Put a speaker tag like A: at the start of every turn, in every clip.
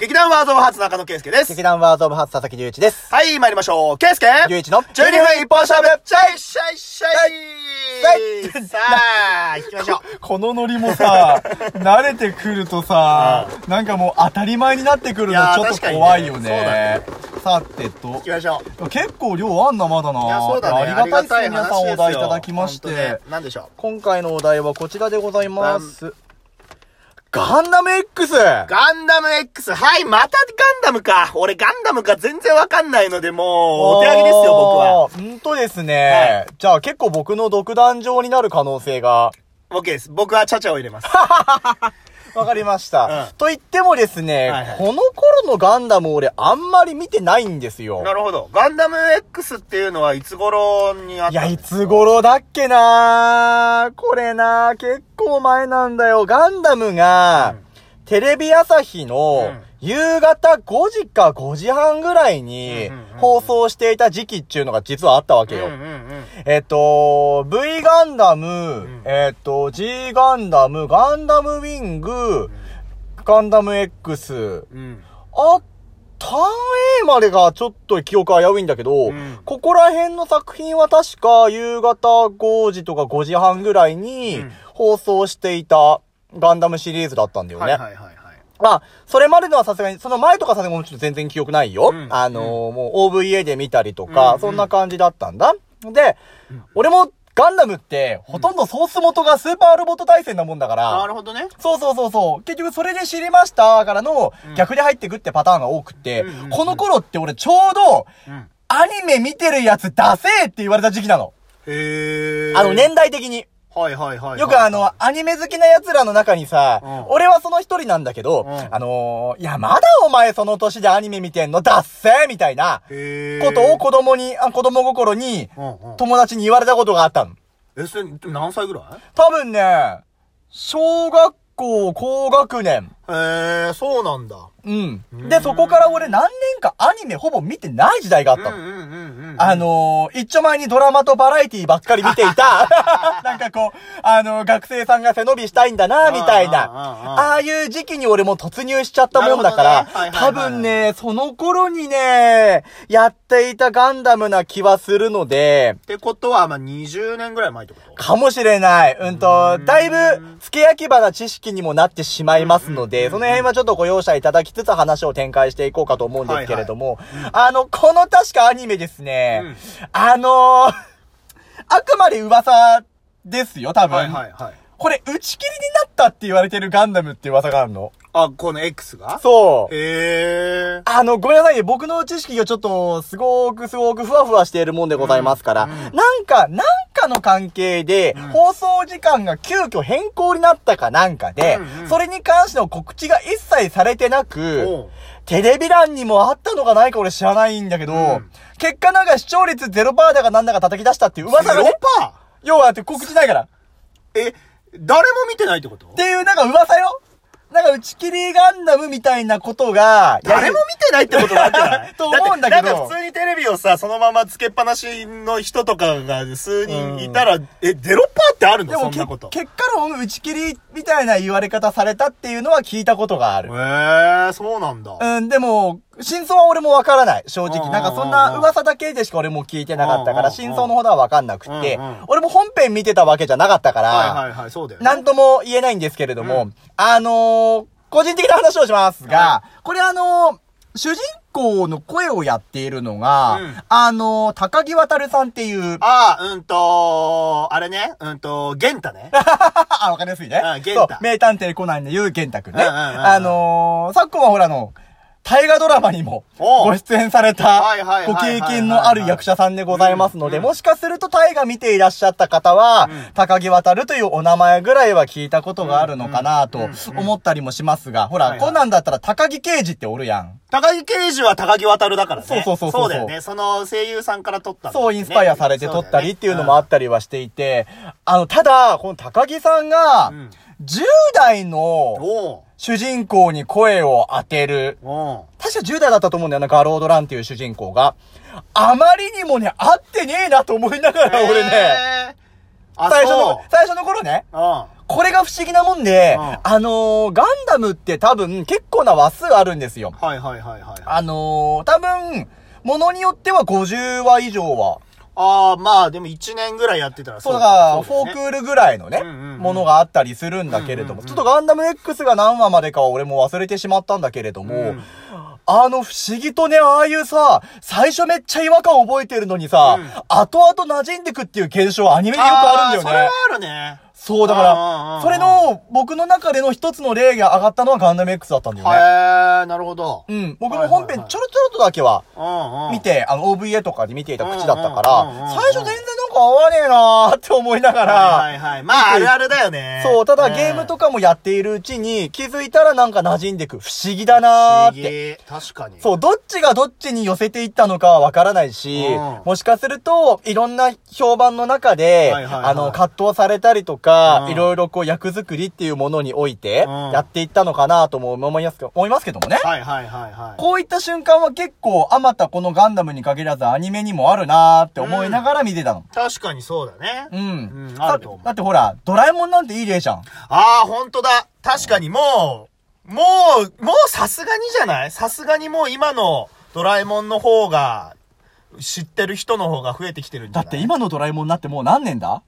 A: 劇団ワードオブハーツ中野圭介です。
B: 劇団ワードオブハーツ佐々木隆一です。
A: はい、参りましょう。圭介
B: 隆一の
A: 12分一本勝負シャイシャイシャイ
B: はい
A: さあ、行きましょ う。
B: このノリも さ、慣れてくるとさ、なんかもう当たり前になってくる
A: い
B: の
A: やー
B: ちょっと怖いよね。さてと
A: 行き、ましょう。
B: 結構量あんなまだな。
A: いや、そうだね。
B: ありがたいですね皆さん
A: 話で
B: お
A: すよ
B: 題いただきまし
A: ほんとね
B: て。
A: なんでしょ
B: 今回のお題はこちらでございます。ガンダム X!
A: う。ガンダム X。はい、またガンダムか。俺ガンダムか全然わかんないので、もう、お手上げですよ、僕は。
B: あー。本当ですね。じゃあ結構僕の独壇場になる可能性が。
A: OK です。僕はチャチャを入れ ます。
B: わかりました。
A: うん
B: と言ってもですね、
A: はいはい
B: この頃のガンダム俺あんまり見てないんですよ。
A: なるほど。ガンダム X っていうのはいつ頃にあっ
B: い
A: た
B: や、
A: ん
B: い
A: ですか
B: つ頃だっけなこれな結構前なんだよ。ガンダムが、テレビ朝日の
A: うん
B: 夕方5時か5時半ぐらいに
A: うんうんうんうん
B: 放送していた時期っていうのが実はあったわけよ。
A: うんうんうん。
B: えっと、V ガンダム、
A: ん
B: えっと、G ガンダム、ガンダムウィング、ガンダム X、
A: うん。
B: あ、ターン A までがちょっと記憶危ういんだけ
A: う
B: ど、
A: ん
B: ここら辺の作品は確か夕方5時とか5時半ぐらいに
A: うん
B: 放送していたガンダムシリーズだったんだよね。
A: はいはいはいはい。
B: まあ、それまでのはさすがに、その前とかさすがにもちろん全然記憶ないよ。
A: うん
B: あのーもう OVA で見たりとか、
A: うんうん
B: そんな感じだったんだ。で、俺もガンダムって、ほとんどソース元がスーパーロボット対戦なもんだから、
A: なるほどね。
B: そうそうそうそう。結局それで知りましたからの
A: うん
B: 逆で入ってくってパターンが多くて、
A: うんうんうん
B: この頃って俺ちょうど
A: うん。
B: アニメ見てるやつダセーって言われた時期なの。
A: へー。
B: あの。年代的に。
A: はいはいはいはい。
B: よくあの、アニメ好きな奴らの中にさ、
A: うん
B: 俺はその一人なんだけど、
A: うん
B: あのーいや、まだお前その年でアニメ見てんのダッセーみたいな
A: へー、
B: ことを子供に、あ子供心に
A: うんうん。
B: 友達に言われたことがあったの。
A: え、それ、何歳ぐらい
B: 多分ね、小学校高学年。
A: へえー、そうなんだ。
B: うん。
A: う
B: で、
A: ん
B: そこから俺何年かアニメほぼ見てない時代があっ
A: う
B: たの。
A: んうん
B: あ、のー、一丁前にドラマとバラエティばっかり見てい た、なんかこう、あのー学生さんが背伸びしたいんだな、みたいな。
A: あー
B: ああいう時期に俺も突入しちゃったもんだか
A: なるほどねはい
B: ら、
A: はいは
B: 多
A: いはい
B: 分ね、その頃にね、やっていたガンダムな気はするので、
A: ってことは、まあ、20年ぐらい前ってこと
B: かもしれない。うんと
A: う、ん
B: だいぶ、付け焼き場な知識にもなってしまいますの
A: うんうん
B: で、
A: うん
B: その辺はちょっとご容赦いただきつつ話を展開していこうかと思うんですけれども、あの、この確かアニメですね、
A: うん
B: あのーあくまで噂ですよ、多分。
A: はいはいはい。
B: これ、打ち切りになったって言われてるガンダムっていう噂があるの。
A: あ、この X が
B: そう。
A: へえ。
B: あの、ごめんなさいね。僕の知識がちょっと、すごくすごくふわふわしているもんでございますから、
A: うんうん
B: なんか、なんかの関係で、
A: うん
B: 放送時間が急遽変更になったかなんかで、
A: うんうん
B: それに関しての告知が一切されてなく、
A: おう
B: テレビ欄にもあったのかないか俺知らないんだけど、
A: うん
B: 結果なんか視聴率0%だかなんだか叩き出したっていう噂がね、
A: パ
B: 要はだって告知ないから。
A: ーえ、誰も見てないってこと
B: っていうなんか噂よ。なんか打ち切りガンダムみたいなことが、
A: 誰も見てないってことなんじゃない
B: と思うんだけど
A: ってなんか普通にテレビをさ、そのままつけっぱなしの人とかが数人いたら、え、ゼロパーってあるの
B: でも
A: そん
B: け
A: なこと。
B: 結果論打ち切りみたいな言われ方されたっていうのは聞いたことがあ
A: へえ
B: る。
A: ー、そうなんだ。
B: うん、でも、真相は俺もわからない、正
A: うんうんう
B: 直。
A: ん
B: なんかそんな噂だけでしか俺も聞いてなかったか
A: うんうんうん
B: ら、真相のほどはわかんなくて
A: うんうん、
B: 俺も本編見てたわけじゃなかったか
A: はいは
B: ら、
A: いはい、そうだよ、ね。
B: なんとも言えないんですけれど
A: う
B: も、あのー、個人的な話をしますが、これあのー、主人公の声をやっているのが
A: うん、
B: あのー、高木渉さんっていう、
A: ああ、うんとあれね、うんと玄太 ね。
B: あ、わかりやすいね。
A: うん玄太
B: そう、名探偵コナンで言う玄太くんね。
A: うんうんうんうん
B: あのー、昨今はほらあの、大河ドラマにも
A: おう
B: ご出演され
A: はいはいはい
B: た
A: は
B: ご
A: いはい
B: 経験のある役者さんでございますので、もしかすると大河見ていらっしゃった方は、
A: うん
B: 高木渡るというお名前ぐらいは聞いたことがあるのかな
A: うんう
B: と
A: んうんうん
B: 思ったりもしますが、ほら、
A: はいはい
B: コナンだったら高木刑事っておるやん。
A: 高木刑事は高木渡るだからね。
B: そうそうそうそう
A: そうだよね。その声優さんから撮ったんだよね、
B: そう、インスパイアされて撮ったりっていうのもあ
A: て。
B: ったりはしていて、あの、ただ、この高木さんが
A: うん、
B: 10代の、
A: おう
B: 主人公に声を当てる。
A: おう
B: 確か10代だったと思うんだよね、ガロードランっていう主人 公が。あまりにもね、合ってねえなと思いながら俺ね、
A: へーあ
B: 最初の
A: そう、
B: 最初の頃ね。
A: あ
B: これが不思議なもんで、
A: うん
B: あのーガンダムって多分結構な話数あるんですよ。
A: はいはいはいはい。あ
B: あのー多分、ものによっては50話以上は。
A: あー、まあでも1年ぐらいやってたら
B: そうだ
A: か
B: から、フ
A: そう
B: ォ
A: です
B: ーク
A: ね
B: ールぐらいのね、
A: うんうんうん
B: ものがあったりするんだけれ
A: う
B: ども、
A: んうんうん
B: ちょっとガンダム X が何話までかは俺も忘れてしまったんだけれども、
A: うん
B: あの不思議とね、ああいうさ、最初めっちゃ違和感覚えてるのにさ、
A: うん
B: 後々馴染んでくっていう現象アニメでよくある
A: あー
B: んだ
A: そ
B: よ
A: れ
B: ね
A: は。あるね。
B: そう、だ
A: うんうんうんう
B: から、
A: ん
B: それの僕の中での一つの例が上がったのはガンダム X だったんだよね。
A: へえ、なるほど。
B: う
A: うん
B: ん。僕も
A: は
B: 本
A: いはい
B: 編
A: はい
B: ちょろちょろっとだけは
A: うん。
B: 見て、あの OVA とかで見ていた口だったか
A: うんうんうんうんう
B: ら、
A: ん
B: 最初全然なんか合わねえなーって思いなが
A: はいは
B: ら、
A: いはい。まあ、あるあるだよね。
B: そう、ただゲームと
A: か
B: かもやっているうちに気づいたらなんか馴染んでく。不思議だなーって。
A: て。確かに。う。
B: そう、どっちがどっちに寄せていったのかはわからないし
A: うん、
B: もしかすると、いろんな評判の中で、
A: はいはいはい
B: あの、葛藤されたりとか、
A: うん
B: いろいろこう役作りっていうものにおいて
A: うん、
B: やっていったのかなとも思いますけど思いますけどもね。
A: はいはいはいはい。
B: こういった瞬間は結構、あまたこのガンダムに限らずアニメにもあるなーって思いながら見てたの。
A: 確かにそうだね。
B: うん。
A: うん
B: だ
A: あると思う
B: だってほら、ドラえもんなんていい例じゃん。
A: ああ、ほんとだ。確かにもう、もう、もうさすがにじゃないさすがにもう今のドラえもんの方が、知ってる人の方が増えてきてるんじ
B: だ
A: ゃ
B: っ
A: ない
B: て、今のドラえもんなってもう何年だ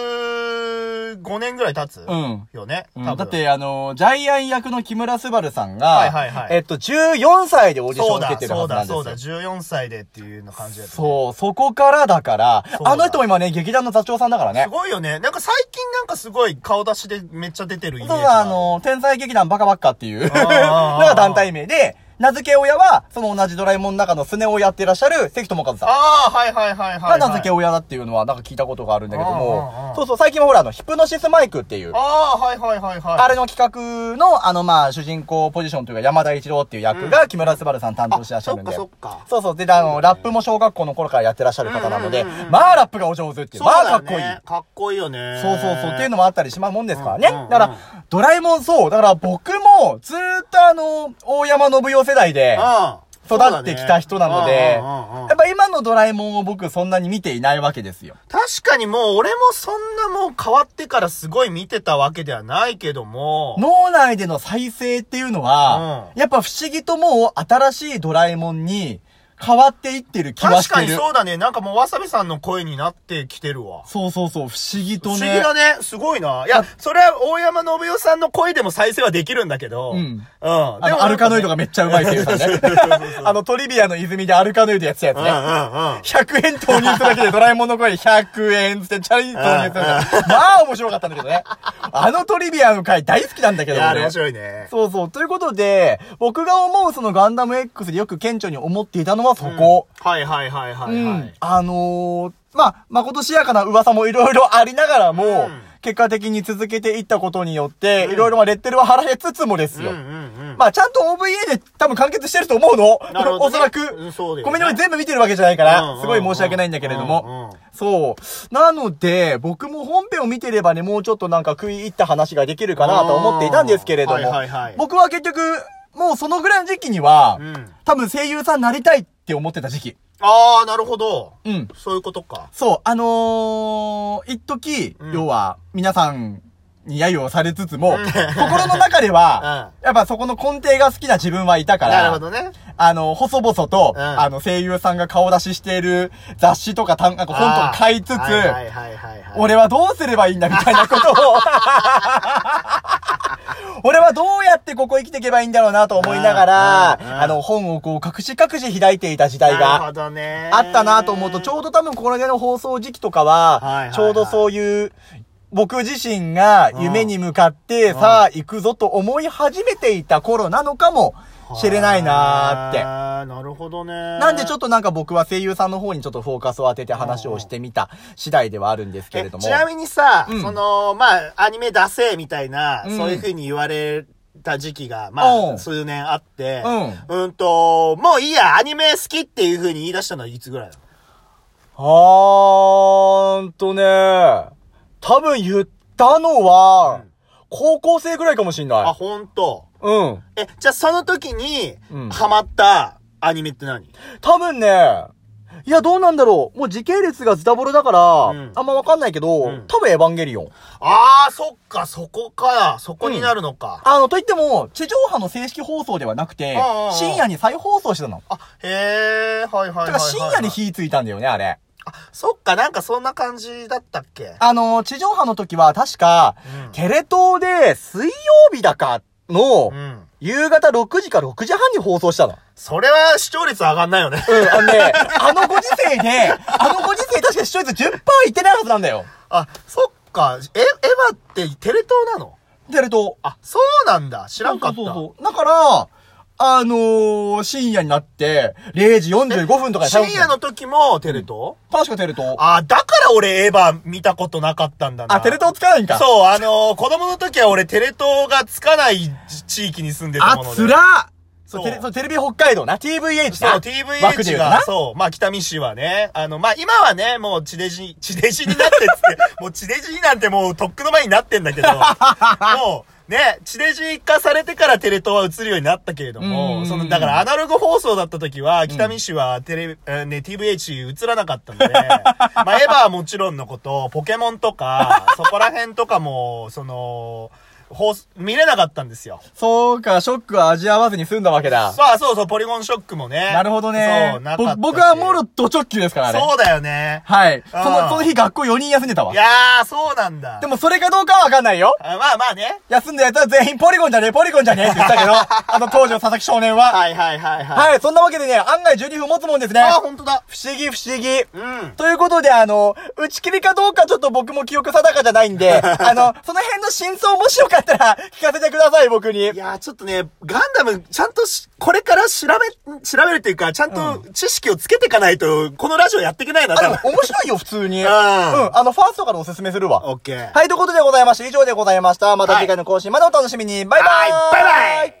A: 15年ぐらい経つ
B: うん。
A: よね。
B: うん
A: 多分
B: だって、あの、ジャイアン役の木村昴さんが、
A: はいはいはい
B: えっと、14歳でオーディション
A: そう
B: を受
A: だ
B: け、てる
A: そ
B: は
A: う
B: ずな
A: だ、
B: んですよ。
A: そうだ、14歳でっていうの感じだったね、
B: そう、そこからだから、
A: そうだ
B: あの人も今ね、劇団の座長さんだからね
A: す。ごいよね。なんか最近なんかすごい顔出しでめっちゃ出てるイ
B: そ
A: メ
B: う
A: ージ
B: だ、
A: が
B: あの、天才劇団バカバッカっていう、の
A: あ あ
B: が団体名で、名付け親は、その同じドラえもんの中のスネをやってらっしゃる関智和さん。
A: ああ、はいはいはいはい、は
B: が
A: い。
B: 名付け親だっていうのは、なんか聞いたことがあるんだけど
A: あああ
B: も
A: あ、
B: そうそう、最近はほら、あの、ヒプノシスマイクっていう、
A: ああ、はいはいはいはい。
B: あれの企画の、あの、まあ、主人公ポジションというか、山田一郎っていう役が木村昴さん担当してらっしゃ
A: そ
B: る
A: っ
B: ん
A: か
B: で。
A: そっか。
B: そうそう。で、あの、ラップも小学校の頃からやってらっしゃる方なので
A: うんうんうんう、ん
B: まあ、ラップがお上手っていう。まあ、かっこいい。
A: かっこいいよね。
B: そうそうそう。っていうの
A: も。
B: もあったりしますもんですからね。
A: うんうんうん
B: だから、ドラえもんそう。だから僕も、ずーっとあの、大山信代世代で、
A: う
B: 育
A: ん。
B: ってきた人なので、
A: そうだねうんうんうんうん
B: やっぱ今のドラえもんを僕そんなに見ていないわけですよ。
A: 確かにもう俺もそんなもう変わってからすごい見てたわけではないけども。
B: 脳内での再生っていうのは、
A: う
B: やっぱ不思議ともう新しいドラえもんに変わっていってる気は
A: 確
B: し
A: か
B: て
A: に
B: る。
A: そうだね。なんかもうわさびさんの声になってきてるわ。
B: そうそうそう、不思議
A: 不
B: と
A: 思議
B: ね。
A: だね。すごいな。いや、それは大山信代さんの声でも再生はできるんだけど。
B: うん
A: うん。でも
B: あの、アルカノイド
A: が。
B: がめっちゃうまいっていうさね。 あの、トリビアの泉でアルカノイドやってたやつ
A: うんう
B: ね。
A: んうん。
B: 100円投入するだけでドラえもんの声100円つってチャリン投入するだけで。まあ面白かったんだけどね。あのトリビアの回大好きなんだけ
A: い
B: ど
A: や、あれ
B: 俺
A: 面白いね。
B: そうそう。ということで、僕が思うそのガンダム X でよく顕著に思っていたのはそこ。
A: うん。はいはいはいは
B: う
A: い
B: ん。
A: はい。
B: あのー、まあ、まことしやかな噂もいろいろありながらも、
A: うん
B: 結果的に続けていったことによって、
A: うん
B: いろいろまあレッテルは貼られつつもです
A: うんう
B: よ。
A: んうん。
B: まあ、ちゃんと OVA で多分完結してると思うの。
A: なるほどね
B: おそらく。
A: うんそうだよね
B: ごめんね、俺全部見てるわけじゃないか
A: うんうんう
B: ら、
A: ん
B: すごい申し訳ないんだけれども。
A: うんうん
B: そう。なので、僕も本編を見てればね、もうちょっとなんか食い入った話ができるかなと思っていたんですけれども、
A: うんはいはいはい
B: 僕は結局、もうそのぐらいの時期には、
A: うん
B: 多分声優さんになりたいって思ってた時期。
A: ああ、なるほど。
B: うん。
A: そういうことか。
B: そう、あのー、一時、
A: うん
B: 要は、皆さんに揶揄をされつつも、
A: うん
B: 心の中で は、やっぱそこの根底が好きな自分はいたから、
A: なるほどね。
B: あの、細々と、
A: うん
B: あの、声優さんが顔出ししている雑誌とか単、なんか本とか買いつつ、
A: あーはいはいはいはい。
B: 俺はどうすればいいんだみたい なことを、俺はどうやってここ生きていけばいいんだろうなと思いなが
A: うんうんう
B: ら、
A: ん
B: あの、本をこう、隠し隠し開いていた時代
A: なるほ
B: が
A: どね。
B: あったなと思うと、ちょうど多分この辺の放送時期とか
A: はいはいは
B: は、
A: い
B: ちょうどそういう、僕自身が夢に向かって、
A: ん
B: さあ行くぞと思い始めていた頃なのかもしれないなーって。
A: あーなるほどね。
B: なんでちょ
A: と
B: っとなんか僕は声優さんの方にちょっとフォーカスを当てて話をしてみた次第ではあるんですけれども。
A: ちなみにさ、
B: うん
A: その、まあ、アニメ出せみたいな、
B: うん
A: そういう風に言われた時期が、ま
B: うん
A: あ、数年あって、
B: う
A: うんと、もういいや、アニメ好きっていう風に言い出したのはいつぐらいなの
B: はーんとね、多分言ったのは、高校生ぐらいかもしん
A: あ、
B: ない。
A: ほんと。
B: うん。
A: え、じゃあその時に
B: うん、
A: ハマったアニメって何、
B: 多分ね、いや、どうなんだろう。もう時系列がズタボロだから、
A: うん
B: あんまわかんないけど、
A: うん
B: 多分エヴァンゲリオン。
A: あー、そっか、そこか。そこになるのか。
B: あの、といっても、地上波の正式放送ではなくて
A: ああああ、
B: 深夜に再放送してたの。
A: あ、へー、はいはいはいはい、はい。
B: だから深夜に火ついたんだよね、あれ。
A: あ、そっか、なんかそんな感じだったっけ
B: あの、地上波の時は確か、
A: うん
B: テレ東で水曜日だかの
A: う、ん。
B: 夕方6時か6時半に放送したの。
A: それは視聴率上がんないよね。
B: うん、あのね、あのご時世で、あのご時世確か視聴率10%いってないはずなんだよ。
A: あ、そっか。え、エヴァってテレ東なの
B: テレ東。
A: あ、そうなんだ。知らんかった。
B: そうそうそうだから、あのー、深夜になって、0時45分とかに再放送
A: 深夜の時もテレ東、
B: 確かテレ東。
A: あ、だから俺エヴァ見たことなかったんだな。
B: あ、テレ東つかないんか。
A: そう、あのー子供の時は俺テレ東がつかない地域に住んでた
B: あ
A: もの、で。
B: つらそう
A: そう
B: テレ、そう、テレビ北海道な。TVH
A: そう
B: な。、枠で
A: TVH
B: 言うとな
A: が、。そう、まあ、北見市はね、あの、まあ、今はね、もう地デジ、 地デジになってっつって、もう地デジなんてもうとっくの前になってんだ けど、もう、ね、地デジ化されてからテレ東は映るようになったけれど
B: う
A: も、
B: ん
A: その、だからアナログ放送だった時は、北見市はテレ、えーね、TVH 映らなかったので、 まあ、エヴァはもちろんのこと、ポケモンと か、そこら辺とかも、その、放送見れなかったんですよ。
B: そうか、ショックは味わわずに済んだわけだ。
A: そうそうそう、ポリゴンショックもね。
B: なるほどね。
A: そう、なかった
B: ぼ
A: し
B: 僕はもろド直球ですからね。
A: そうだよね。
B: はい。その、
A: うん
B: その日学校4人休んでたわ
A: い。やー、そうなんだ。
B: でもそれかどうかはわかんないよ。
A: あまあまあね。
B: 休んだやつは全員ポリゴンじゃねえ、ポリゴンじゃねえって言ったけど、あの当時の佐々木少年は。
A: はいはいはいはい。
B: はい、そんなわけでね、案外12分持つもんですね。
A: あー、ほんとだ。
B: 不思議不思議。
A: うん。
B: ということで、あの、打ち切りかどうかちょっと僕も記憶定かじゃないん で、あの、その辺の真相もしよかったら聞かせてください、僕に
A: い。やー、ちょっとね、ガンダム、ちゃんとし、これから調べ、調べるというか、ちゃんと知識をつけていかないと、このラジオやっていけないな、
B: あ、で
A: 多
B: も
A: 分。
B: 面白いよ、普通に。
A: う
B: うんん。あの、ファーストからおすすめするわ。
A: オッケー。
B: はい、ということでございまして、以上でございました。また次回の更新までお楽しみに。バイバーイ
A: はいバイバイ